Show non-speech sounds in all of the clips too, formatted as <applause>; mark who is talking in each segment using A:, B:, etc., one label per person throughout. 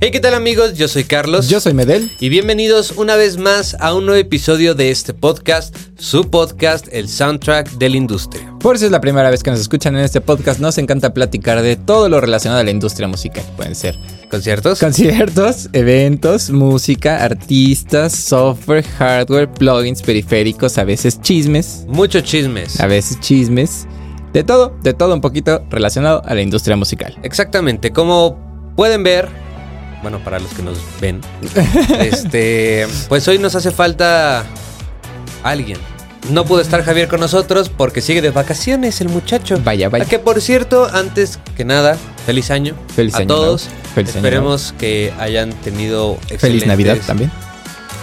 A: Hey, ¿qué tal amigos? Yo soy Carlos.
B: Yo soy Medel.
A: Y bienvenidos una vez más a un nuevo episodio de este podcast, su podcast, el soundtrack de la industria.
B: Por si es la primera vez que nos escuchan en este podcast, nos encanta platicar de todo lo relacionado a la industria musical. Pueden ser
A: ¿Conciertos?
B: conciertos, eventos, música, artistas, software, hardware, plugins, periféricos, a veces chismes,
A: Muchos chismes.
B: a veces chismes. De todo, de todo un poquito relacionado a la industria musical.
A: Exactamente, como pueden ver, bueno, para los que nos
B: <laughs>
A: ven, este, pues hoy nos hace falta alguien. No pudo estar Javier con nosotros porque sigue de vacaciones el muchacho.
B: Vaya, vaya.
A: A Ah, que por cierto, antes que nada, feliz año
B: Feliz
A: a
B: año
A: todos.
B: nuevo. Feliz año
A: Esperemos que hayan tenido
B: Feliz
A: excelentes-
B: Navidad también.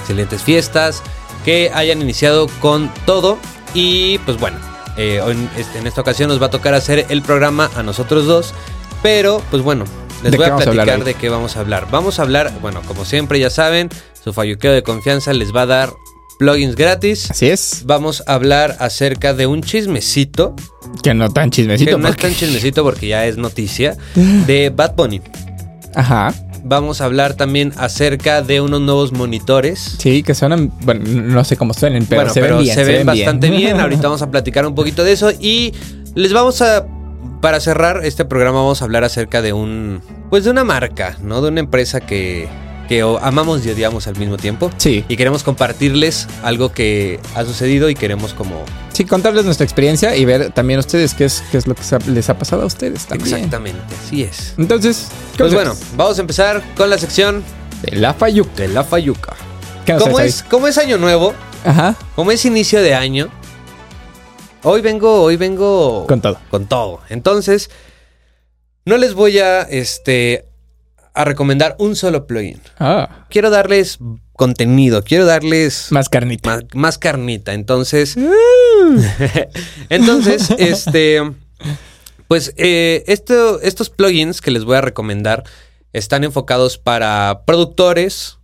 A: excelentes fiestas, que hayan iniciado con todo. Y pues bueno, eh, hoy en, este- en esta ocasión nos va a tocar hacer el programa a nosotros dos. Pero pues bueno, les
B: ¿De
A: voy
B: qué
A: a
B: vamos a hablar
A: platicar
B: hoy?
A: de qué vamos a hablar. Vamos a hablar, bueno, como siempre ya saben, su falluqueo de confianza les va a dar plugins gratis.
B: Así es.
A: Vamos a hablar acerca de un chismecito,
B: Que no tan
A: que
B: chismecito.
A: no es
B: porque-
A: tan chismecito porque ya es noticia,
B: Ah.
A: de Bad Bunny.
B: Ajá.
A: Vamos a hablar también acerca de unos nuevos monitores.
B: Sí, que suenan. Bueno, no sé cómo suenen, pero,
A: bueno,
B: se,
A: pero
B: ven bien,
A: se ven bastante bien.
B: <laughs> bien.
A: Ahorita vamos a platicar un poquito de eso y les vamos a para cerrar este programa vamos a hablar acerca de un pues de una marca, ¿no? De una empresa que que o- amamos y odiamos al mismo tiempo.
B: Sí.
A: Y queremos compartirles algo que ha sucedido y queremos como
B: Sí, contarles nuestra experiencia y ver también ustedes qué es, qué es lo que se ha- les ha pasado a ustedes también.
A: exactamente, así es.
B: Entonces,
A: Pues bueno, vamos a empezar con la sección
B: de la Fayuca.
A: de la Fayuca.
B: ¿Qué nos
A: Como
B: traes
A: es, como es año nuevo,
B: ahí? Ajá,
A: como es inicio de año, hoy vengo, hoy vengo
B: con todo.
A: con todo. Entonces, no les voy a, este, a recomendar un solo plugin.
B: Ah,
A: Quiero darles contenido, quiero darles
B: más carnita.
A: ma- más carnita. Entonces, <laughs> entonces, este, pues eh, esto- estos plugins que les voy a recomendar están enfocados para productores,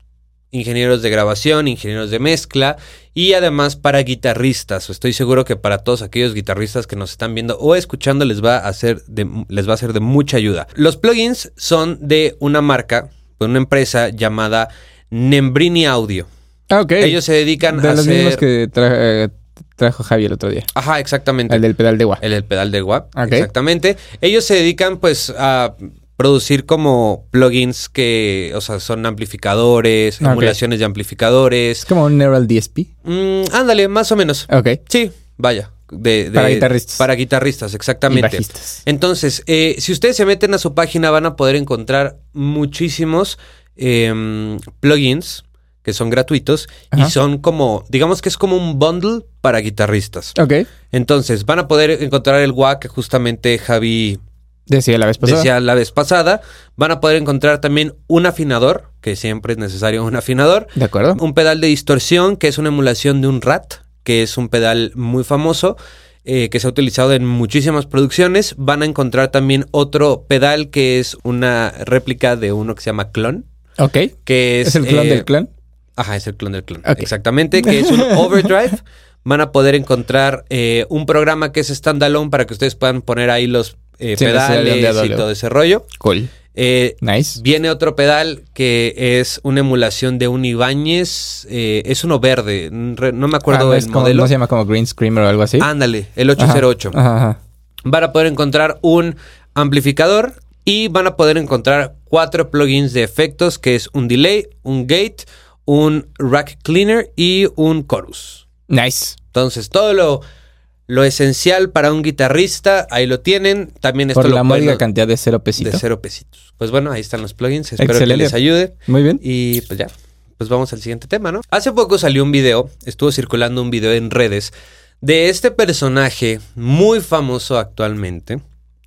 A: ingenieros de grabación, ingenieros de mezcla y además para guitarristas. Estoy seguro que para todos aquellos guitarristas que nos están viendo o escuchando les va a hacer de, les va a ser de mucha ayuda. Los plugins son de una marca, de una empresa llamada Nembrini Audio.
B: Ah, ok.
A: Ellos se dedican
B: de
A: a
B: los mismos
A: hacer...
B: que tra- eh, trajo Javi el otro día.
A: Ajá, exactamente. Eh.
B: El del pedal de gua.
A: El, el pedal de WAP.
B: Ok.
A: Exactamente. Ellos se dedican pues a producir como plugins que, o sea, son amplificadores,
B: Ok.
A: emulaciones de
B: Es
A: amplificadores.
B: como un Neural DSP.
A: Mm, ándale, más o menos.
B: Ok.
A: Sí, vaya. de- de-
B: Eh. Para guitarristas.
A: Para guitarristas,
B: Y
A: exactamente.
B: bajistas.
A: Entonces, eh, si ustedes se meten a su página van a poder encontrar muchísimos em, plugins que son gratuitos
B: Ajá.
A: y son como, digamos que es como un bundle para guitarristas.
B: Ok.
A: Entonces, van a poder encontrar el WA que justamente Javi
B: Decía la vez pasada.
A: decía la vez pasada. Van a poder encontrar también un afinador, que siempre es necesario un afinador.
B: De acuerdo.
A: Un pedal de distorsión, que es una emulación de un RAT, que es un pedal muy famoso, eh, que se ha utilizado en muchísimas producciones. Van a encontrar también otro pedal que es una réplica de uno que se llama clon.
B: Ok. ¿Es,
A: Que es,
B: el clon
A: eh,
B: del clon?
A: Ajá, es el clon del clon.
B: Ok. <laughs>
A: Exactamente, que es un overdrive. Van a poder encontrar eh, un programa que es standalone para que ustedes puedan poner ahí los eh,
B: Sí, necesidad de un
A: pedales y
B: DAW.
A: todo ese rollo.
B: Cool.
A: Eh,
B: Nice.
A: viene otro pedal que es una emulación de un Ibáñez. eh, es uno verde, re- no me
B: Ah,
A: acuerdo
B: no
A: el
B: es como-
A: modelo. Ah,
B: ¿No se llama como Green Screamer o algo así?
A: Ándale, el
B: Ajá.
A: 808
B: Ajá, ajá.
A: van a poder encontrar un amplificador y van a poder encontrar cuatro plugins de efectos que es un delay, un gate, un rack cleaner y un chorus.
B: Nice.
A: Entonces todo lo, lo esencial para un guitarrista ahí lo tienen. También esto
B: Por
A: lo
B: la
A: pueden-
B: módica cantidad de cero
A: de
B: pesitos.
A: cero pesitos. Pues bueno, ahí están los plugins. Espero que
B: Excelente.
A: les ayude.
B: Muy bien.
A: Y pues ya, pues vamos al siguiente tema, ¿no? Hace poco salió un video, estuvo circulando un video en redes de este personaje muy famoso actualmente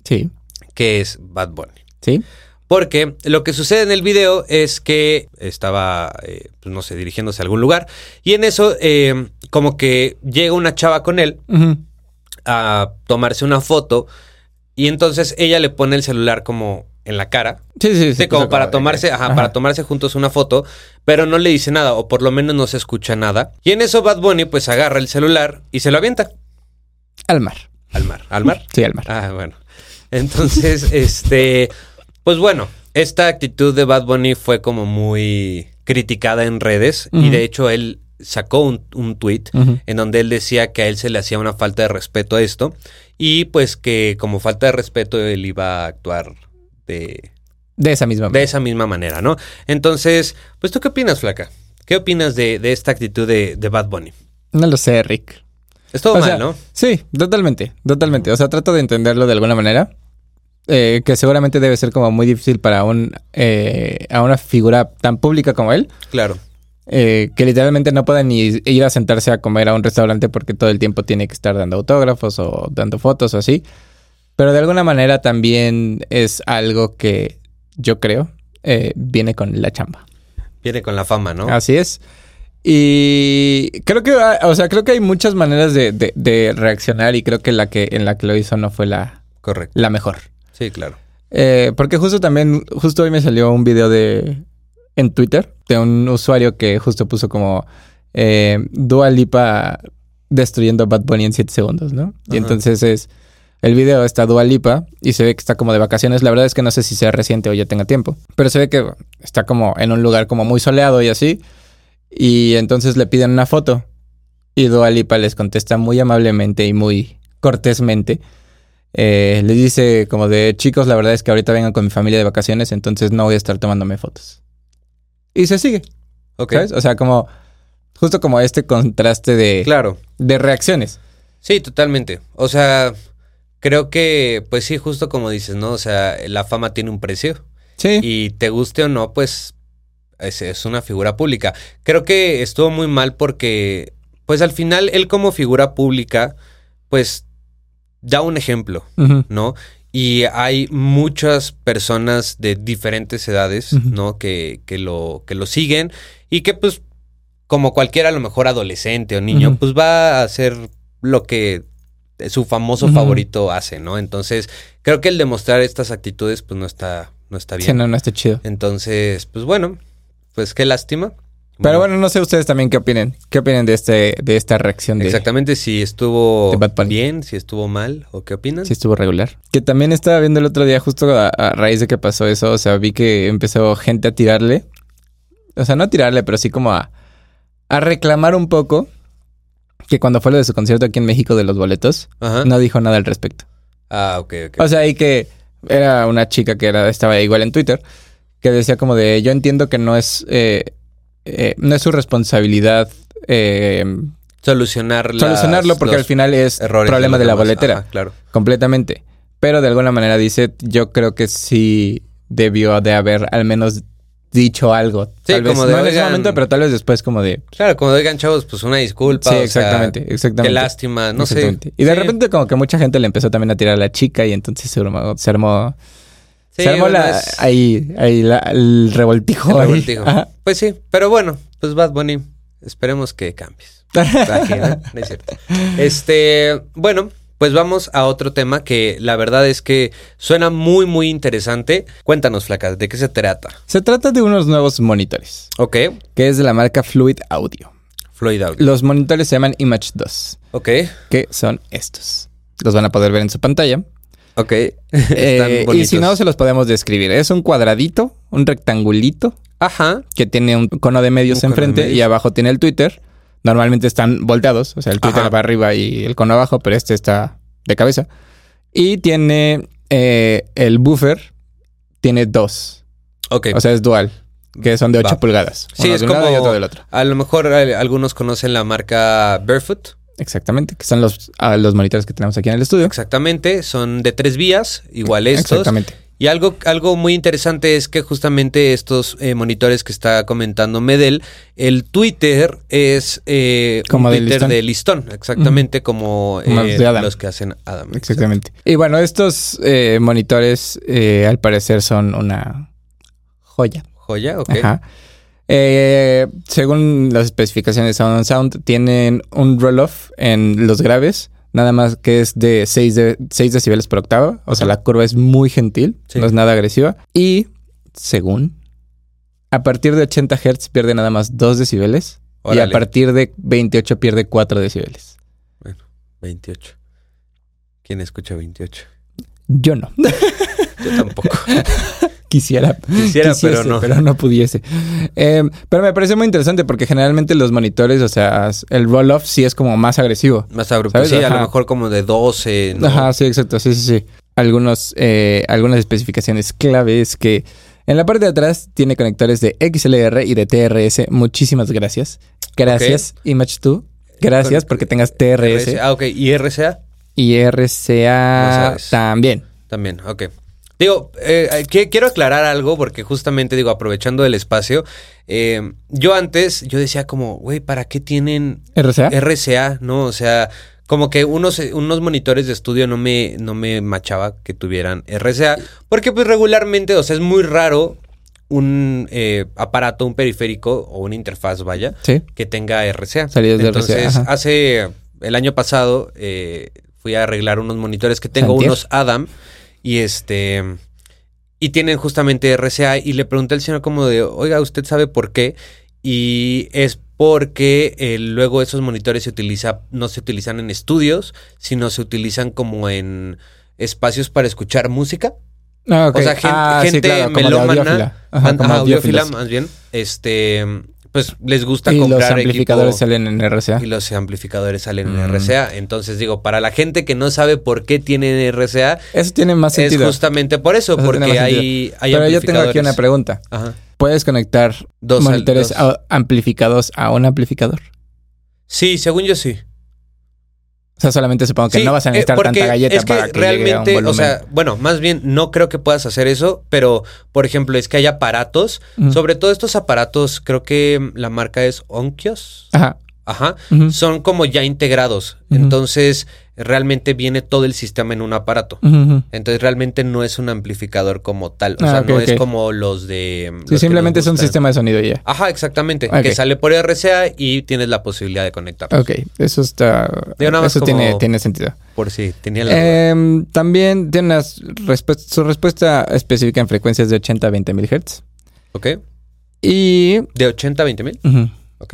B: Sí.
A: que es Bad Bunny.
B: Sí.
A: Porque lo que sucede en el video es que estaba, eh, pues, no sé, dirigiéndose a algún lugar y en eso eh, como que llega una chava con él
B: Ujú.
A: a tomarse una foto y entonces ella le pone el celular como en la cara,
B: Sí, sí, sí.
A: sí, como
B: pues,
A: para
B: de-
A: tomarse, ajá, para tomarse juntos una foto, pero no le dice nada o por lo menos no se escucha nada. Y en eso Bad Bunny pues agarra el celular y se lo avienta
B: Al mar. <laughs>
A: al mar, al mar.
B: Sí, al mar.
A: <laughs> Ah, bueno. Entonces, este, pues bueno, Esta actitud de Bad Bunny fue como muy criticada en redes y
B: Ujú.
A: de hecho él sacó un, un tweet
B: Ujú.
A: en donde él decía que a él se le hacía una falta de respeto a esto y pues que como falta de respeto él iba a actuar de,
B: De esa misma
A: de
B: manera.
A: esa misma manera, ¿no? Entonces, pues tú qué opinas, Flaca? ¿Qué opinas de, de esta actitud de, de Bad Bunny?
B: No lo sé, Rick.
A: Estuvo
B: O
A: mal,
B: sea,
A: ¿no?
B: Sí, totalmente, totalmente. O sea, trato de entenderlo de alguna manera. eh, que seguramente debe ser como muy difícil para un eh, a una figura tan pública como él.
A: Claro.
B: eh, que literalmente no pueda ni ir a sentarse a comer a un restaurante porque todo el tiempo tiene que estar dando autógrafos o dando fotos o así. Pero de alguna manera también es algo que yo creo eh, viene con la chamba.
A: Viene con la fama, ¿no?
B: Así es. Y creo que, ah, o sea, creo que hay muchas maneras de, de- de reaccionar y creo que la que en la que lo hizo no fue la,
A: Correcto.
B: la mejor.
A: Sí, claro.
B: Eh, porque justo también, justo hoy me salió un video de en Twitter de un usuario que justo puso como eh, Dua Lipa destruyendo a Bad Bunny en 7 segundos, ¿no? Y
A: Ajá.
B: entonces es el video está Dua Lipa y se ve que está como de vacaciones. La verdad es que no sé si sea reciente o ya tenga tiempo, pero se ve que está como en un lugar como muy soleado y así. Y entonces le piden una foto y Dua Lipa les contesta muy amablemente y muy cortésmente. Eh, les dice como de chicos, la verdad es que ahorita vengan con mi familia de vacaciones, entonces no voy a estar tomándome fotos. Y se sigue,
A: Ok.
B: ¿sabes? O sea, como justo como este contraste de,
A: Claro.
B: de reacciones.
A: Sí, totalmente. O sea, creo que, pues sí, justo como dices, ¿no? O sea, la fama tiene un precio.
B: Sí.
A: Y te guste o no, pues es, es una figura pública. Creo que estuvo muy mal porque, pues al final, él como figura pública, pues da un ejemplo,
B: Ujú.
A: ¿no? Y hay muchas personas de diferentes edades,
B: Ujú.
A: ¿no? Que, que, lo, que lo siguen y que pues, como cualquiera, a lo mejor adolescente o niño,
B: Ujú.
A: pues va a hacer lo que su famoso
B: Ujú.
A: favorito hace, ¿no? Entonces, creo que el demostrar estas actitudes, pues no está, no está bien.
B: Sí, no, no está chido.
A: Entonces, pues bueno, pues qué lástima.
B: Pero bueno, no sé ustedes también qué opinen. ¿Qué opinen de este, de esta reacción de,
A: exactamente si estuvo
B: de Bad Bunny.
A: bien, si estuvo mal o qué opinan.
B: Sí, estuvo regular. Que también estaba viendo el otro día, justo a, a raíz de que pasó eso. O sea, vi que empezó gente a tirarle. O sea, no a tirarle, pero sí como a, a reclamar un poco que cuando fue lo de su concierto aquí en México de los boletos,
A: Ajá.
B: no dijo nada al respecto.
A: Ah, ok, ok.
B: O sea, y que era una chica que era, estaba igual en Twitter, que decía como de, yo entiendo que no es, eh, eh, no es su responsabilidad eh,
A: Solucionar las-
B: solucionarlo porque
A: los
B: al final es
A: errores
B: problema
A: los
B: de la
A: demás.
B: boletera.
A: Ajá, claro.
B: Completamente. Pero de alguna manera dice, yo creo que sí debió de haber al menos dicho algo.
A: Sí,
B: tal
A: como
B: vez,
A: de,
B: no en ese
A: "Oigan".
B: momento, pero tal vez después como de...
A: Claro, como digan chavos, pues una disculpa.
B: sí,
A: o sea,
B: exactamente, exactamente.
A: qué lástima, no sé.
B: Exactamente. Y de
A: Sí,
B: repente como que mucha gente le empezó también a tirar a la chica y entonces se armó... Se armó,
A: sí,
B: se armó
A: bueno,
B: la-
A: es
B: ahí, ahí la- el revoltijo.
A: el
B: ahí.
A: revoltijo.
B: Ajá.
A: Pues sí, pero bueno, pues Bad Bunny, esperemos que
B: <laughs>
A: cambies. Aquí, ¿no? No es cierto. Este, bueno, pues vamos a otro tema que la verdad es que suena muy, muy interesante. Cuéntanos, Flaca, ¿de qué se trata?
B: Se trata de unos nuevos monitores,
A: Ok,
B: que es de la marca Fluid Audio.
A: Floyd Audio.
B: Los monitores se llaman Image 2,
A: Ok,
B: que son estos. Los van a poder ver en su pantalla.
A: ok.
B: Eh,
A: Están
B: y
A: bonitos.
B: si no, se los podemos describir. Es un cuadradito, un rectangulito,
A: Ajá,
B: que tiene un cono de medios
A: Un cono de
B: enfrente
A: medios.
B: y abajo tiene el Twitter. Normalmente están volteados, o sea, el Twitter
A: Ajá.
B: va arriba y el cono abajo, pero este está de cabeza. Y tiene eh, el buffer, tiene dos,
A: ok.
B: o sea, es dual, que son de 8
A: Va.
B: pulgadas.
A: Sí,
B: Uno
A: es
B: de un lado
A: como-
B: y otro del otro.
A: a lo mejor eh, algunos conocen la marca Barefoot.
B: Exactamente, que son los, ah, los monitores que tenemos aquí en el estudio.
A: Exactamente, son de tres vías, igual estos.
B: Exactamente.
A: Y algo, algo muy interesante es que justamente estos eh, monitores que está comentando Medel, el Twitter es eh,
B: Como
A: un
B: de
A: Twitter
B: listón.
A: de listón, exactamente como
B: Como
A: eh,
B: los de Adam.
A: los que hacen Adam.
B: Exactamente. Y bueno, estos eh, monitores eh, al parecer son una joya.
A: Joya, ok.
B: Ajá. Eh, según las especificaciones de Sound on Sound, tienen un roll-off en los graves, nada más que es de 6, de 6 decibeles por octava. O sea, la curva es muy gentil,
A: Sí.
B: no es nada agresiva. Y según, a partir de 80 Hz pierde nada más 2 decibeles. Y
A: Órale,
B: a partir de 28 pierde 4 decibeles.
A: 28. ¿Quién escucha 28?
B: Yo no. <laughs>
A: Yo tampoco.
B: Quisiera.
A: Quisiera, pero
B: quisiese,
A: no.
B: pudiese. Eh, pero me parece muy interesante porque generalmente los monitores, o sea, el roll-off sí es como más agresivo.
A: Más abru-
B: ¿Sabes?
A: Sí, a lo
B: Ajá.
A: mejor como de 12. ¿no?
B: Ajá, sí, exacto. Sí, sí, sí. Algunos, eh, algunas especificaciones clave es que en la parte de atrás tiene conectores de XLR y de TRS. Muchísimas gracias. Gracias, Image2. Gracias
A: Con-
B: porque tengas TRS
A: Ah, ok. ¿Y RCA?
B: y
A: No
B: RCA
A: sabes.
B: también.
A: También, ok. Digo, eh, eh, que- quiero aclarar algo porque justamente, digo, aprovechando el espacio, eh, yo antes, yo decía como, güey, ¿para qué tienen
B: ¿RCA?
A: RCA? ¿No? O sea, como que unos, unos monitores de estudio no me, no me machaba que tuvieran RCA, porque pues regularmente, o sea, es muy raro un eh, aparato, un periférico o una interfaz, vaya,
B: sí.
A: que tenga RCA.
B: Salidas de
A: Entonces,
B: RCA, ajá.
A: hace el año pasado eh, fui a arreglar unos monitores que tengo,
B: Antier.
A: unos Adam, y este. Y tienen justamente RCA. Y le pregunté al señor como de, oiga, ¿usted sabe por qué? Y es porque eh, luego esos monitores se utiliza, no se utilizan en estudios, sino se utilizan como en espacios para escuchar música.
B: Ah, ok.
A: O sea, gen-
B: Ah, sí,
A: gente
B: claro, como de
A: melómana,
B: audiófila. Ajá,
A: an-
B: como
A: ajá, audiófila
B: audiófilas.
A: más bien, este, pues les gusta
B: Y los
A: comprar
B: amplificadores
A: equipo-
B: salen en RCA.
A: y los amplificadores salen en
B: Mm.
A: RCA. Entonces digo, para la gente que no sabe por qué tienen RCA,
B: Eso tiene más
A: es
B: sentido.
A: justamente por eso,
B: O sea, tiene
A: porque
B: más
A: hay, hay
B: Pero yo tengo aquí una
A: amplificadores.
B: pregunta.
A: Ajá.
B: ¿Puedes conectar
A: Dos al-
B: monitores
A: dos.
B: a- amplificados a un amplificador?
A: Sí, según yo sí.
B: O sea, solamente supongo que
A: Sí,
B: no vas a
A: eh,
B: necesitar
A: porque
B: tanta galleta
A: es que
B: para que llegue a un
A: realmente,
B: volumen.
A: o sea, bueno, más bien no creo que puedas hacer eso, pero por ejemplo, es que hay aparatos,
B: Ujú.
A: sobre todo estos aparatos, creo que mm, la marca es Onkios.
B: Ajá.
A: Ajá.
B: Ujú.
A: son como ya integrados.
B: Mm. Ujú.
A: Entonces, realmente viene todo el sistema en un aparato.
B: Ujú, ujú.
A: Entonces, realmente no es un amplificador como tal. O
B: Ah,
A: sea,
B: ok,
A: no
B: ok.
A: es como los de. mm, los que
B: Sí,
A: nos
B: simplemente es un
A: gustan.
B: sistema de sonido y ya.
A: Ajá, exactamente.
B: Ok. Ah.
A: Que sale por RCA y tienes la posibilidad de conectar.
B: Ok, eso está.
A: Digo, nada más
B: eso
A: como-
B: tiene, tiene sentido.
A: Por si tenía la. duda.
B: Eh, también tiene unas respues- su respuesta específica en frecuencias de 80 a 20 mil Hz.
A: ok.
B: Y.
A: De 80 a 20 mil.
B: ujú.
A: Ok.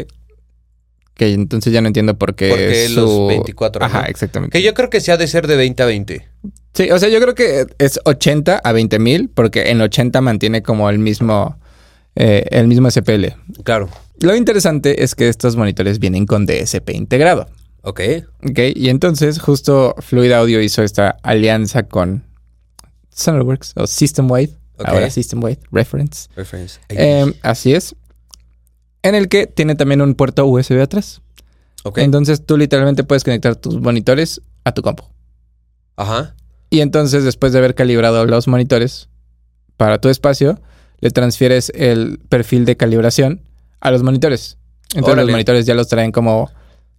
B: Ok, entonces ya no entiendo por qué.
A: Porque
B: su-
A: los 24.
B: Ajá,
A: ¿no?
B: exactamente.
A: Que yo creo que se ha de ser de 20 a 20.
B: Sí, o sea, yo creo que es 80 a 20 mil, porque en 80 mantiene como el mismo, eh, el mismo SPL.
A: Claro.
B: Lo interesante es que estos monitores vienen con DSP integrado.
A: Ok.
B: ¿ok? Y entonces, justo Fluid Audio hizo esta alianza con SonarWorks o SystemWave,
A: Ok.
B: ahora SystemWave Reference.
A: Reference.
B: Eh, así es. En el que tiene también un puerto USB atrás.
A: ok.
B: Entonces, tú literalmente puedes conectar tus monitores a tu compu.
A: Ajá.
B: Y entonces, después de haber calibrado los monitores para tu espacio, le transfieres el perfil de calibración a los monitores. Entonces,
A: Órale.
B: los monitores ya los traen como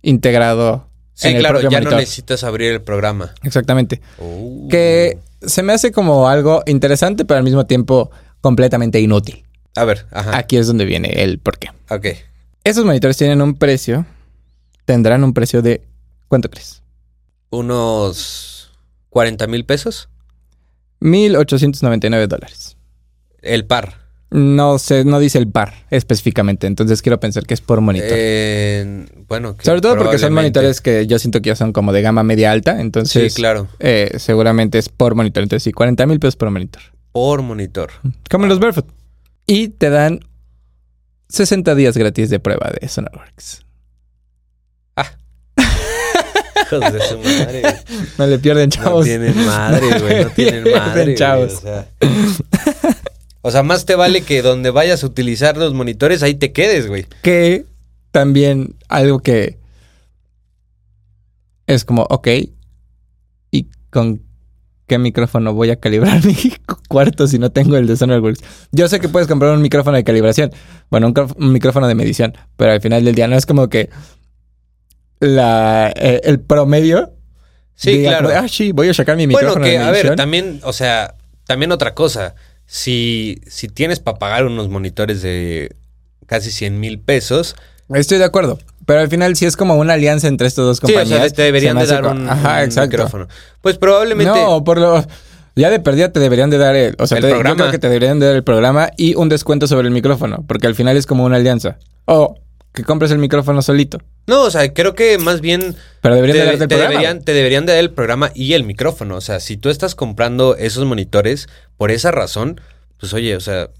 B: integrado.
A: Sí,
B: En el
A: claro, ya
B: propio
A: no
B: monitor.
A: necesitas abrir el programa.
B: Exactamente.
A: Oh.
B: Que se me hace como algo interesante, pero al mismo tiempo completamente inútil.
A: A ver, ajá.
B: Aquí es donde viene el porqué.
A: Ok.
B: Esos monitores tienen un precio. Tendrán un precio de. ¿Cuánto crees?
A: Unos 40 mil pesos.
B: 1899 dólares.
A: El par.
B: No sé, no dice el par específicamente, entonces quiero pensar que es por monitor.
A: Eh, bueno, que
B: Sobre todo porque son
A: probablemente-
B: monitores que yo siento que ya son como de gama media alta, entonces
A: Sí, claro.
B: eh, seguramente es por monitor. Entonces sí, 40 mil pesos por monitor.
A: Por
B: <laughs>
A: monitor.
B: Como los Barefoot. Y te dan 60 días gratis de prueba de Sonarworks.
A: Hijos de su madre. güey.
B: No le pierden,
A: No
B: chavos.
A: tienen madre, güey.
B: <laughs>
A: No tienen
B: Pierden,
A: madre. güey,
B: chavos.
A: O, sea. O sea, más te vale que donde vayas a utilizar los monitores, ahí te quedes, güey.
B: Que también algo que es como, ok, ¿y con qué micrófono voy a calibrar <laughs> mi cuarto si no tengo el de Sonarworks? Yo sé que puedes comprar un micrófono de calibración, bueno, un, crof- un micrófono de medición, pero al final del día no es como que la, eh, el promedio
A: Sí,
B: diga
A: claro.
B: como de, ah, sí, voy a sacar mi micrófono
A: Bueno, que
B: de
A: a ver,
B: medición".
A: también, o sea, también otra cosa. Si, si tienes para pagar unos monitores de casi 100 mil pesos,
B: Estoy de acuerdo. Pero al final sí es como una alianza entre estas dos
A: sí,
B: compañías.
A: o sea, te deberían
B: Se me
A: de
B: hace
A: dar
B: co-
A: un,
B: Ajá,
A: un
B: exacto.
A: micrófono. Pues probablemente.
B: No, por lo... Ya de perdida te deberían de dar el... O sea,
A: El
B: te- yo
A: programa.
B: creo que te deberían de dar el programa y un descuento sobre el micrófono. Porque al final es como una alianza. O que compres el micrófono solito.
A: No, o sea, creo que más bien
B: Pero
A: te,
B: deberían de darte el
A: te
B: programa.
A: deberían, te deberían de dar el programa y el micrófono. O sea, si tú estás comprando esos monitores por esa razón, pues oye, o sea.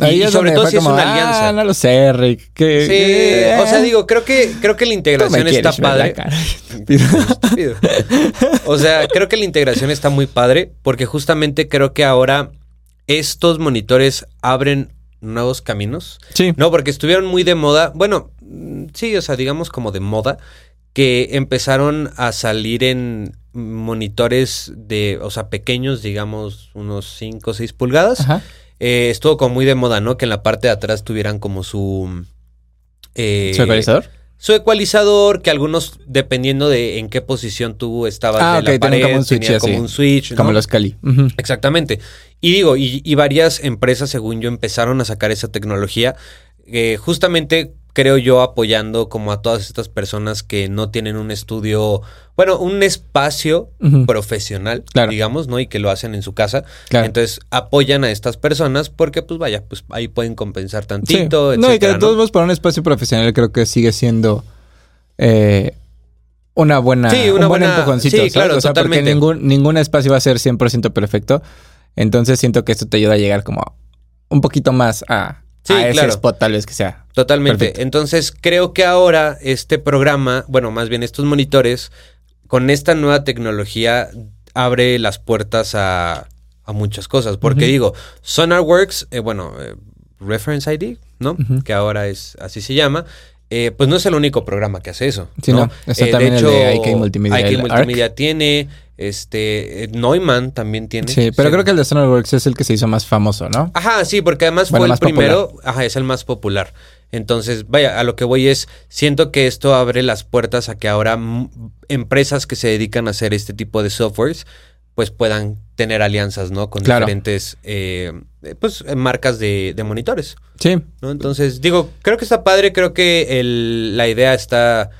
A: y-
B: Ahí
A: y
B: es
A: sobre
B: donde
A: todo
B: fue
A: si es
B: como,
A: una
B: "Ah,
A: alianza.
B: no lo sé, Rick. que-
A: Sí,
B: que-
A: o sea, digo, creo que, creo que la
B: Eh, tú me
A: integración está
B: quieres ver la
A: padre. <laughs>
B: cara.
A: Estúpido. O sea, creo que la integración está muy padre porque justamente creo que ahora estos monitores abren nuevos caminos.
B: Sí.
A: No, porque estuvieron muy de moda. Bueno, mm, sí, o sea, digamos como de moda, que empezaron a salir en monitores de, o sea, pequeños, digamos, unos 5 o 6 pulgadas.
B: Ajá.
A: Eh, estuvo como muy de moda, ¿no? Que en la parte de atrás tuvieran como su... eh,
B: ¿Su ecualizador?
A: su ecualizador, que algunos, dependiendo de en qué posición tú estabas
B: Ah,
A: de
B: ok,
A: la
B: tienen
A: pared,
B: como un switch
A: tenía
B: así.
A: como un switch, ¿no?
B: Como los Cali. Ujú.
A: Exactamente. Y digo, y, y varias empresas, según yo, empezaron a sacar esa tecnología, eh, justamente creo yo apoyando como a todas estas personas que no tienen un estudio, bueno, un espacio
B: Ujú.
A: profesional,
B: Mm. Claro.
A: digamos, ¿no? Y que lo hacen en su casa.
B: Claro.
A: Entonces apoyan a estas personas porque, pues vaya, pues ahí pueden compensar
B: Sí.
A: tantito,
B: No, y que
A: etcétera,
B: de
A: ¿no?
B: todos modos para un espacio profesional creo que sigue siendo eh, una buena,
A: Sí,
B: un
A: una
B: buen
A: buena-
B: empujoncito.
A: sí,
B: ¿sabes?
A: claro,
B: o sea,
A: totalmente.
B: Porque ningún, ningún espacio va a ser 100% perfecto. Entonces siento que esto te ayuda a llegar como un poquito más a,
A: Sí,
B: a ese
A: claro.
B: spot tal vez que sea.
A: Totalmente.
B: Perfecto.
A: Entonces, creo que ahora este programa, bueno, más bien estos monitores, con esta nueva tecnología abre las puertas a, a muchas cosas. Porque
B: Ujú.
A: digo, SonarWorks, eh, bueno, eh, Reference ID, ¿no?
B: Ujú.
A: Que ahora es así se llama. eh, pues no es el único programa que hace eso. Eh,
B: Sí, no. Está también el de IK Multimedia,
A: IK
B: el
A: Multimedia tiene, este, eh, Neumann también tiene.
B: Sí, pero creo
A: ¿no?
B: que el de Sonarworks es el que se hizo más famoso, ¿no?
A: Ajá, sí, porque además
B: Bueno,
A: fue el
B: más popular.
A: primero, ajá, es el más popular. Entonces, vaya, a lo que voy es, siento que esto abre las puertas a que ahora mm, empresas que se dedican a hacer este tipo de softwares, pues puedan tener alianzas, ¿no? Con
B: Claro.
A: diferentes, eh, eh, pues, eh, marcas de, de monitores,
B: Sí.
A: ¿no? Entonces, digo, creo que está padre, creo que el- la idea está,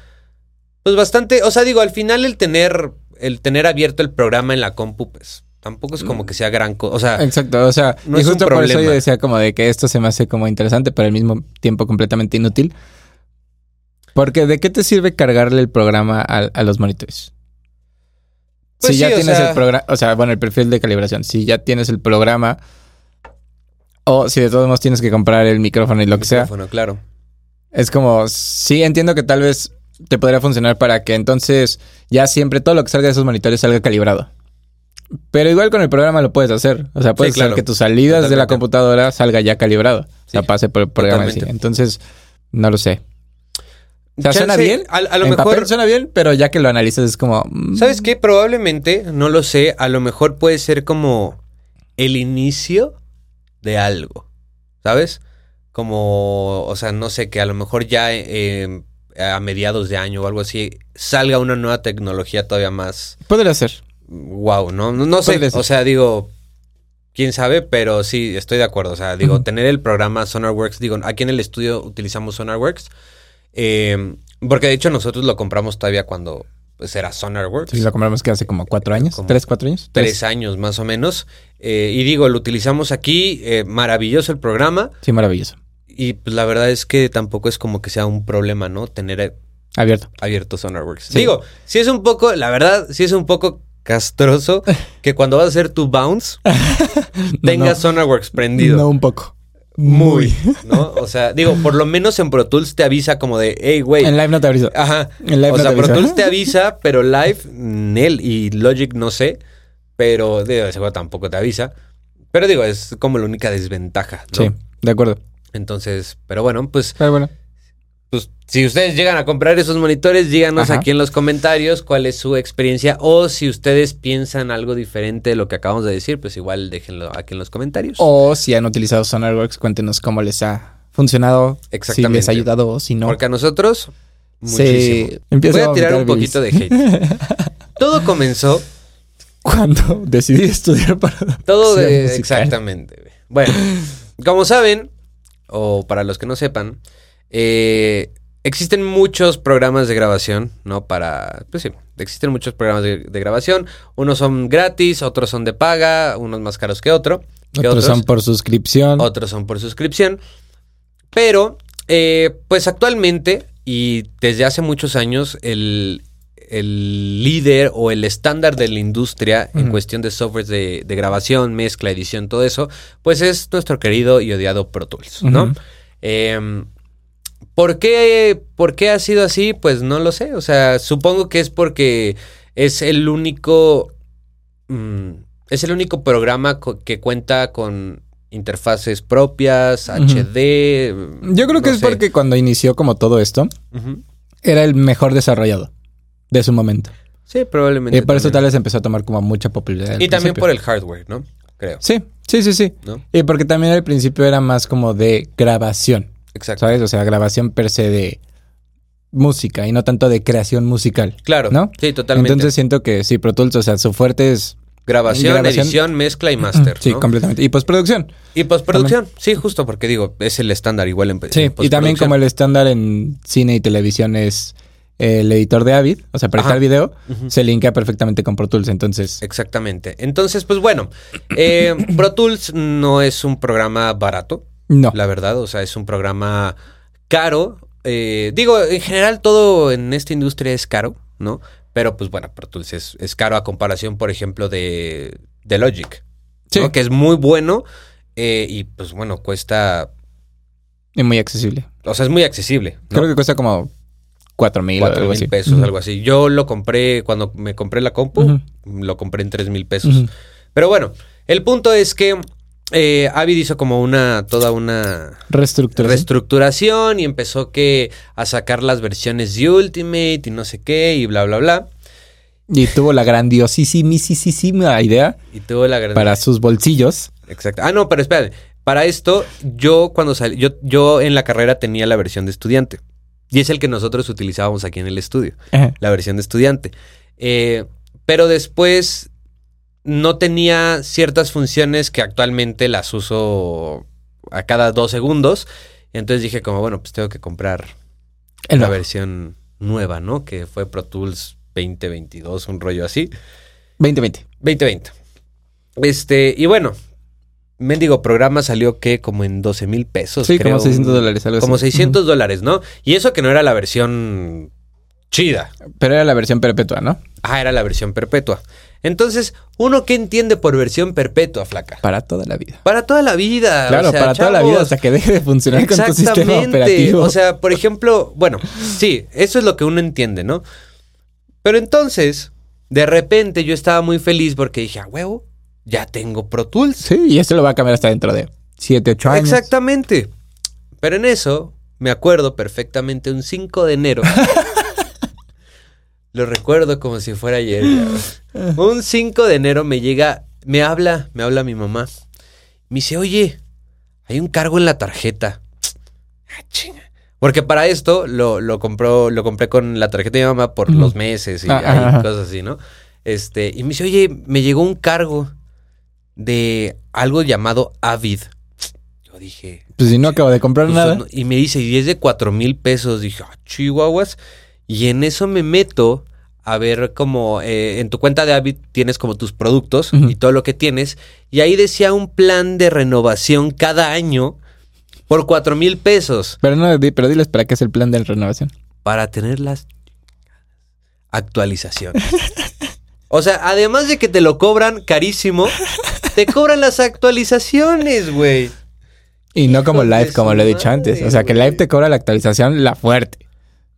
A: pues, bastante, o sea, digo, al final el tener, el tener abierto el programa en la compu, pues, tampoco es
B: Mm.
A: como que sea gran cosa, o sea...
B: Exacto, o sea,
A: No
B: y
A: es un
B: justo por eso yo
A: problema.
B: decía como de que esto se me hace como interesante, pero al mismo tiempo completamente inútil. Porque ¿de qué te sirve cargarle el programa a, a los monitores?
A: Pues
B: si ya
A: sí, o
B: tienes
A: sea-
B: el programa, o sea, bueno, el perfil de calibración, si ya tienes el programa o si de todos modos tienes que comprar el micrófono y lo que sea,
A: micrófono, claro.
B: es como, sí, entiendo que tal vez te podría funcionar para que entonces ya siempre todo lo que salga de esos monitores salga calibrado. Pero igual con el programa lo puedes hacer. O sea, puedes
A: claro.
B: hacer que tus salidas de la
A: Totalmente.
B: computadora salga ya calibrado. O sea,
A: Sí,
B: pase por el programa.
A: totalmente.
B: así. Entonces, no lo sé. O sea, ¿suena
A: Chance,
B: bien?
A: A, a lo
B: En
A: mejor,
B: papel suena bien, pero ya que lo analizas es como... mm,
A: ¿sabes qué? Probablemente, no lo sé, a lo mejor puede ser como el inicio de algo, ¿sabes? Como, o sea, no sé, que a lo mejor ya eh, a mediados de año o algo así salga una nueva tecnología todavía más
B: Podría ser.
A: wow, ¿no? No, no sé,
B: Podría ser.
A: o sea, digo, quién sabe, pero sí, estoy de acuerdo. O sea, digo,
B: Ujú.
A: tener el programa SonarWorks, digo, aquí en el estudio utilizamos SonarWorks, eh, porque de hecho nosotros lo compramos todavía cuando pues, era SonarWorks.
B: Si lo compramos que hace como cuatro años.
A: Como
B: ¿Tres, cuatro años?
A: Tres años más o menos. Eh, y digo, lo utilizamos aquí. eh, maravilloso el programa.
B: Sí, maravilloso.
A: Y pues, la verdad es que tampoco es como que sea un problema, ¿no? Tener eh,
B: Abierto.
A: abierto Sonarworks.
B: Sí.
A: Digo, si es un poco, la verdad, si es un poco
B: <laughs>
A: castroso que cuando vas a hacer tu bounce <laughs> tengas
B: no,
A: Sonarworks prendido.
B: no un poco.
A: Muy, <laughs> ¿no? O sea, digo, por lo menos en Pro Tools te avisa como de, hey, güey.
B: En live no te aviso.
A: Ajá.
B: En live
A: o
B: no
A: sea,
B: te
A: Pro
B: avisa.
A: Tools te
B: <laughs>
A: avisa, pero Live, Nel y Logic no sé. Pero de seguro tampoco te avisa. Pero digo, es como la única desventaja, ¿no?
B: Sí, de acuerdo.
A: Entonces, pero bueno, pues,
B: Pero bueno.
A: pues, si ustedes llegan a comprar esos monitores, díganos
B: Ajá.
A: aquí en los comentarios cuál es su experiencia. O si ustedes piensan algo diferente de lo que acabamos de decir, pues igual déjenlo aquí en los comentarios.
B: O si han utilizado Sonarworks, cuéntenos cómo les ha funcionado.
A: Exactamente.
B: Si les ha ayudado o si no.
A: Porque a nosotros, muchísimo.
B: se
A: Voy
B: empieza
A: a tirar un poquito
B: vomitar
A: de hate.
B: <laughs>
A: Todo comenzó,
B: Cuando <laughs> decidí estudiar para.
A: todo
B: producción
A: de-
B: musical.
A: exactamente. güey. Bueno, como saben, o para los que no sepan, eh, existen muchos programas de grabación, ¿no? Para, pues sí, existen muchos programas de, de grabación. Unos son gratis, otros son de paga, unos más caros que otro. que
B: Otros, son por suscripción.
A: otros son por suscripción. Pero, eh, pues actualmente y desde hace muchos años, el, el líder o el estándar de la industria en
B: Ujú.
A: cuestión de softwares de, de grabación, mezcla, edición, todo eso, pues es nuestro querido y odiado Pro Tools, ¿no?
B: Ujú.
A: Em, ¿por, qué, por qué ha sido así? Pues no lo sé. O sea, supongo que es porque es el único. mm, es el único programa co- que cuenta con interfaces propias,
B: Ujú.
A: HD.
B: Yo creo que
A: no
B: es
A: sé.
B: porque cuando inició como todo esto,
A: Ujú.
B: era el mejor desarrollado de su momento.
A: Sí, probablemente.
B: Y Eh, por eso
A: también.
B: tal vez empezó a tomar como mucha popularidad. al
A: Y también
B: principio.
A: por el hardware, ¿no? Creo.
B: Sí, sí, sí, sí.
A: ¿No?
B: Y porque también al principio era más como de grabación,
A: Exacto.
B: ¿sabes? O sea, grabación per se de música y no tanto de creación musical.
A: Claro.
B: ¿No?
A: Sí, totalmente.
B: Entonces siento que sí, Pro Tools, o sea, su fuerte es...
A: grabación,
B: grabación-
A: edición, mezcla y master.
B: Sí,
A: ¿no?
B: completamente. Y postproducción.
A: Y postproducción. Sí, justo porque digo, es el estándar igual en
B: Sí, y también como el estándar en cine y televisión es eh, el editor de Avid, o sea, para
A: Ajá.
B: editar video,
A: Ujú. Eh,
B: se linkea perfectamente con Pro Tools, entonces...
A: Exactamente. Entonces, pues bueno, eh, <clears throat> Pro Tools no es un programa barato,
B: No.
A: <laughs> la verdad. O sea, es un programa caro. Eh, digo, en general todo en esta industria es caro, ¿no? Pero pues bueno, Pro Tools es, es caro a comparación, por ejemplo, de, de Logic,
B: Sí,
A: ¿no? que es muy bueno eh, y pues bueno, cuesta,
B: y muy accesible.
A: o sea, es muy accesible. ¿no?
B: Creo que cuesta como 4 mil o
A: 4
B: algo
A: mil
B: así.
A: pesos, algo así. Yo lo compré cuando me compré la compu,
B: Ujú.
A: lo compré en 3 mil pesos.
B: Ujú.
A: Pero bueno, el punto es que eh, Avid hizo como una, toda una
B: Reestructuración.
A: reestructuración y empezó que a sacar las versiones de Ultimate y no sé qué y bla, bla, bla.
B: Y tuvo la grandiosísima idea
A: Y tuvo la gran...
B: para sus bolsillos.
A: Exacto. Ah, no, pero espérate. Para esto, yo cuando salí, yo, yo en la carrera tenía la versión de estudiante. Y es el que nosotros utilizábamos aquí en el estudio. la versión de estudiante. Eh, pero después no tenía ciertas funciones que actualmente las uso a cada dos segundos. Entonces dije como, bueno, pues tengo que comprar
B: El
A: la
B: nuevo.
A: versión nueva, ¿no? Que fue Pro Tools 2022, un rollo así.
B: 2020.
A: 2020. Este, y bueno, mendigo programa salió que como en 12 mil pesos.
B: Sí,
A: Pues creo,
B: como 600
A: un-
B: dólares, algo así.
A: Como 600 dólares, ¿no? Y eso que no era la versión chida.
B: Pero era la versión perpetua, ¿no?
A: Ah, era la versión perpetua. Entonces, ¿uno qué entiende por versión perpetua, flaca?
B: Para toda la vida.
A: Para toda la vida.
B: Claro,
A: o sea,
B: para toda la vida
A: chavos.
B: hasta que deje de funcionar con tu sistema
A: Exactamente.
B: operativo.
A: O sea, por ejemplo, bueno, sí, eso es lo que uno entiende, ¿no? Pero entonces, de repente yo estaba muy feliz porque dije, a huevo, ya tengo Pro Tools.
B: sí, y esto lo va a cambiar hasta dentro de 7, 8 años.
A: Exactamente. Pero en eso, me acuerdo perfectamente, un 5 de
B: <laughs>
A: enero. lo recuerdo como si fuera ayer. ya. Un 5 de enero me llega, me habla, me habla mi mamá. Me dice, oye, hay un cargo en la tarjeta. Ah, chinga. Porque para esto lo, lo compró, lo compré con la tarjeta de mi mamá por
B: Ujú.
A: los meses y
B: Ah,
A: ahí,
B: ajá, ajá.
A: cosas así, ¿no? Este, y me dice, oye, me llegó un cargo de algo llamado Avid. Yo dije,
B: Pues si no acabo de comprar
A: pues,
B: nada.
A: no- y me dice, y es de cuatro mil pesos. Dije, ah, chihuahuas. Y en eso me meto a ver como eh, en tu cuenta de Avid tienes como tus productos
B: Ujú.
A: y todo lo que tienes. Y ahí decía un plan de renovación cada año por cuatro mil pesos
B: Pero no, di- pero diles para qué es el plan de renovación.
A: para tener las actualizaciones. <laughs> O sea, además de que te lo cobran carísimo, te cobran las actualizaciones, güey.
B: Y no como
A: Hijos de
B: Live, como
A: su
B: lo he dicho
A: madre,
B: antes. O sea, que
A: güey.
B: Live te cobra la actualización, la fuerte.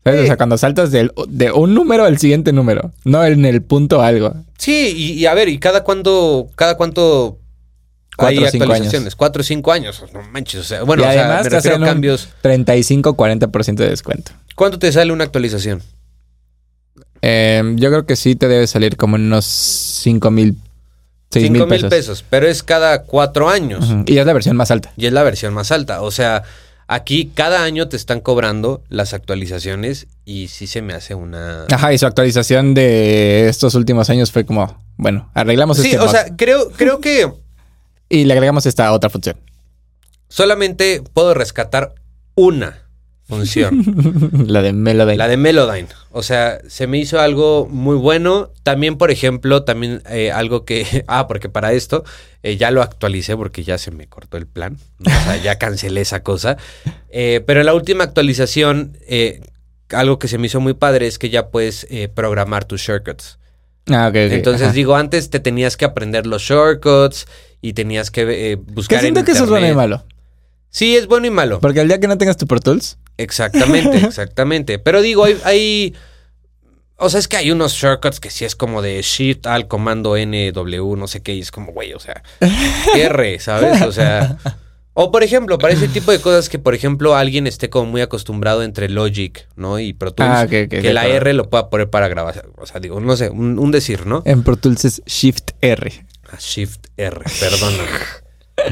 B: ¿Sabes?
A: Sí.
B: O sea, cuando saltas del- de un número al siguiente número, no en el punto algo.
A: Sí, y, y a ver, ¿y cada cuánto, cada cuánto hay
B: Cuatro o cinco
A: actualizaciones? Cuatro o cinco años. No manches, o sea, bueno,
B: y
A: o sea,
B: además
A: me
B: te
A: refiero
B: hacen
A: a
B: un
A: cambios.
B: 35-40% de descuento.
A: ¿Cuánto te sale una actualización?
B: Eh, yo creo que sí te debe salir como unos 5 mil, 6 mil
A: Cinco mil
B: pesos.
A: pesos, pero es cada cuatro años.
B: Ujú. Y es la versión más alta.
A: Y es la versión más alta. O sea, aquí cada año te están cobrando las actualizaciones y sí se me hace una...
B: Ajá, y su actualización de estos últimos años fue como, bueno, arreglamos
A: Sí,
B: este
A: o
B: bug
A: sea, creo, creo que
B: y le agregamos esta
A: <laughs>
B: otra función.
A: solamente puedo rescatar una función.
B: <laughs> la de Melody.
A: La de Melodyne. O sea, se me hizo algo muy bueno. También, por ejemplo, también eh, algo que... <laughs> Ah, porque para esto eh, ya lo actualicé porque ya se me cortó el plan. O sea, ya cancelé esa cosa. Eh, pero en la última actualización eh, algo que se me hizo muy padre es que ya puedes eh, programar tus shortcuts.
B: Ah, ok, ok.
A: Entonces
B: ajá.
A: digo, antes te tenías que aprender los shortcuts y tenías que eh, buscar
B: Que siento
A: en
B: que eso es bueno y
A: internet.
B: malo.
A: Sí, es bueno y malo.
B: Porque el día que no tengas tu Pro Tools, <laughs>
A: Exactamente, exactamente. Pero digo, hay, hay- O sea, es que hay unos shortcuts que sí es como de shift al comando NW, no sé qué, y es como, güey, o
B: <laughs>
A: sea, R, ¿sabes? O sea. O por ejemplo, para ese tipo de cosas que, por ejemplo, alguien esté como muy acostumbrado entre Logic, ¿no? Y Pro Tools,
B: Ah, ok, ok,
A: que
B: de
A: la
B: acuerdo.
A: R lo pueda poner para grabar. O sea, digo, no sé, un, un decir, ¿no?
B: en Pro Tools es Shift R.
A: Ah, Shift R, perdóname.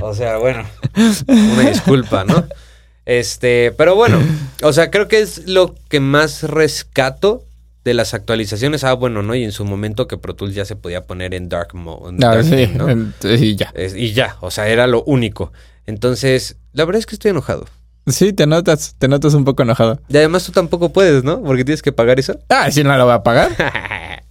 A: O sea, bueno, una disculpa, ¿no? Este, pero bueno, o sea, creo que es lo que más rescato de las actualizaciones. Ah, bueno, ¿no? Y en su momento que Pro Tools ya se podía poner en Dark Mode. en
B: No,
A: dark
B: Ah, sí,
A: mode, Ah, ¿no?
B: <laughs> ent- y ya.
A: Es- y ya, o sea, era lo único. Entonces, la verdad es que estoy enojado.
B: Sí, te notas, te notas un poco enojado.
A: Y además tú tampoco puedes, ¿no? Porque tienes que pagar eso.
B: Ah, si no lo va
A: <laughs>
B: a pagar.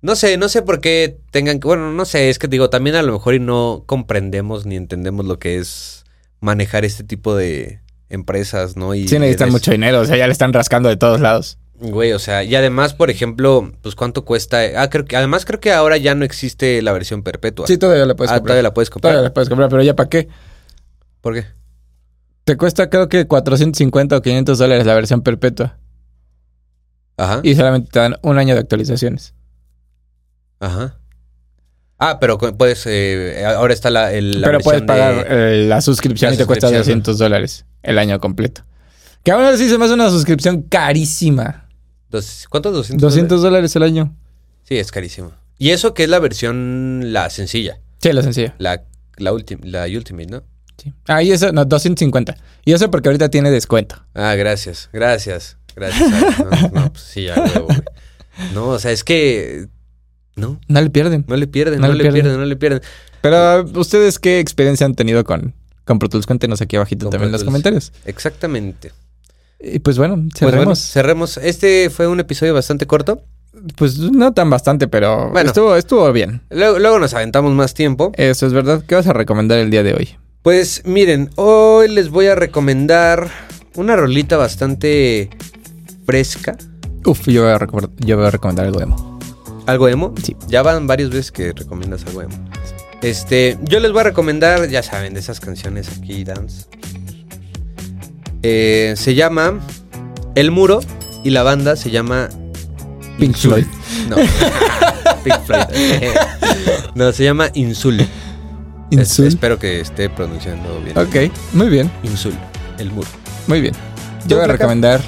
A: No sé, no sé por qué tengan que. Bueno, no sé, es que digo, también a lo mejor y no comprendemos ni entendemos lo que es manejar este tipo de empresas, ¿no? Y
B: Sí, necesitan
A: eres-
B: mucho dinero, o sea, ya le están rascando de todos lados.
A: Güey, o sea, y además, por ejemplo, pues cuánto cuesta. Ah, creo que. Además, creo que ahora ya no existe la versión perpetua.
B: Sí, todavía le puedes
A: ah,
B: comprar.
A: todavía la puedes comprar.
B: Todavía le puedes comprar, pero ya para qué.
A: ¿Por qué?
B: Te cuesta creo que 450 o 500 dólares la versión perpetua.
A: Ajá.
B: Y solamente te dan un año de actualizaciones.
A: Ajá. Ah, pero co- puedes. eh, ahora está la, el- la
B: pero puedes
A: versión
B: pagar
A: de.
B: eh, la suscripción
A: la
B: y te cuesta
A: suscripción.
B: 200 dólares el año completo. Que aún así se me hace una suscripción carísima.
A: dos- ¿Cuántos? 200.
B: 200 dólares el año.
A: Sí, es carísimo. Y eso que es la versión, la sencilla,
B: Sí, lo sencillo.
A: la, la, ultim- la Ultimate, ¿no?
B: Sí. Ah, y eso, no, 250. Y eso porque ahorita tiene descuento.
A: Ah, gracias, gracias, gracias. Alex. No, no, pues sí, ya, huevo, güey. No, o sea, es que... No,
B: No le pierden.
A: no le pierden, no, le pierden. no le pierden.
B: Pero ah, ustedes qué experiencia han tenido con, con Pro Tools? Cuéntenos aquí abajito
A: Con
B: también en
A: Pro
B: los
A: Tools.
B: comentarios.
A: Exactamente.
B: Y pues bueno,
A: Pues bueno,
B: cerremos.
A: cerremos. Este fue un episodio bastante corto.
B: Pues, no tan bastante, pero
A: Bueno.
B: estuvo, estuvo bien.
A: Luego, luego nos aventamos más tiempo.
B: Eso es verdad. ¿Qué vas a recomendar el día de hoy?
A: Pues miren, hoy les voy a recomendar una rolita bastante fresca.
B: Uf, yo voy a, recomendar- yo voy a recomendar algo emo.
A: ¿Algo emo?
B: Sí.
A: Ya van varias veces que recomiendas algo emo. Este, yo les voy a recomendar, ya saben, de esas canciones aquí, dance. Eh, se llama El Muro y la banda se llama...
B: Pink Floyd.
A: <laughs> No. Pink <laughs> Floyd. no, se llama Insul. Es-
B: Insul.
A: espero que esté pronunciando bien.
B: Ok, muy bien,
A: Insul, El Muro. <laughs>
B: muy bien. Yo voy a
A: Flaca?
B: recomendar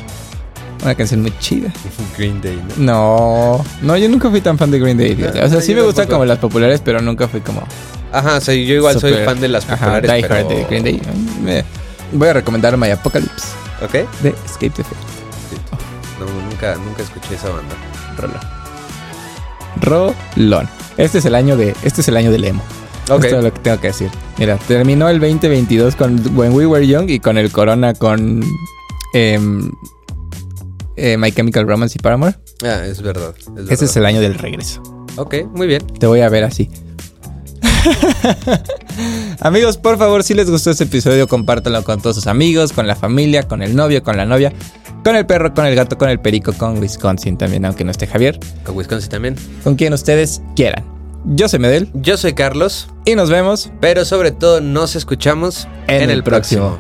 B: una canción muy chida.
A: Green Day, ¿no?
B: No, no, yo nunca fui tan fan de Green Day. fíjate.
A: No,
B: o sea,
A: no,
B: sí
A: Ah, yo
B: me gustan
A: tampoco.
B: como las populares, pero nunca fui como.
A: Ajá, o sea, yo igual soy
B: super-
A: fan de las
B: Ajá,
A: populares,
B: Die Hard
A: pero...
B: de Green Day. Me- Voy a recomendar My Apocalypse
A: ¿Ok?
B: de Escape the Fate.
A: No, nunca, nunca escuché esa banda.
B: Rolón. Rolón. Este es el año de. Este es el año del emo.
A: Ok.
B: Esto es lo que tengo que decir. Mira, terminó el 2022 con When We Were Young y con el Corona con em, eh, My Chemical Romance y Paramore.
A: Ah, es verdad. es
B: Este es
A: verdad.
B: el año del regreso.
A: Ok, muy bien.
B: Te voy a ver así. <laughs> Amigos, por favor, si les gustó este episodio, compártanlo con todos sus amigos, con la familia, con el novio, con la novia, con el perro, con el gato, con el perico, con Wisconsin también, aunque no esté Javier,
A: Con Wisconsin también.
B: con quien ustedes quieran. Yo soy Medel
A: Yo soy Carlos,
B: y nos vemos
A: pero sobre todo nos escuchamos en, el próximo.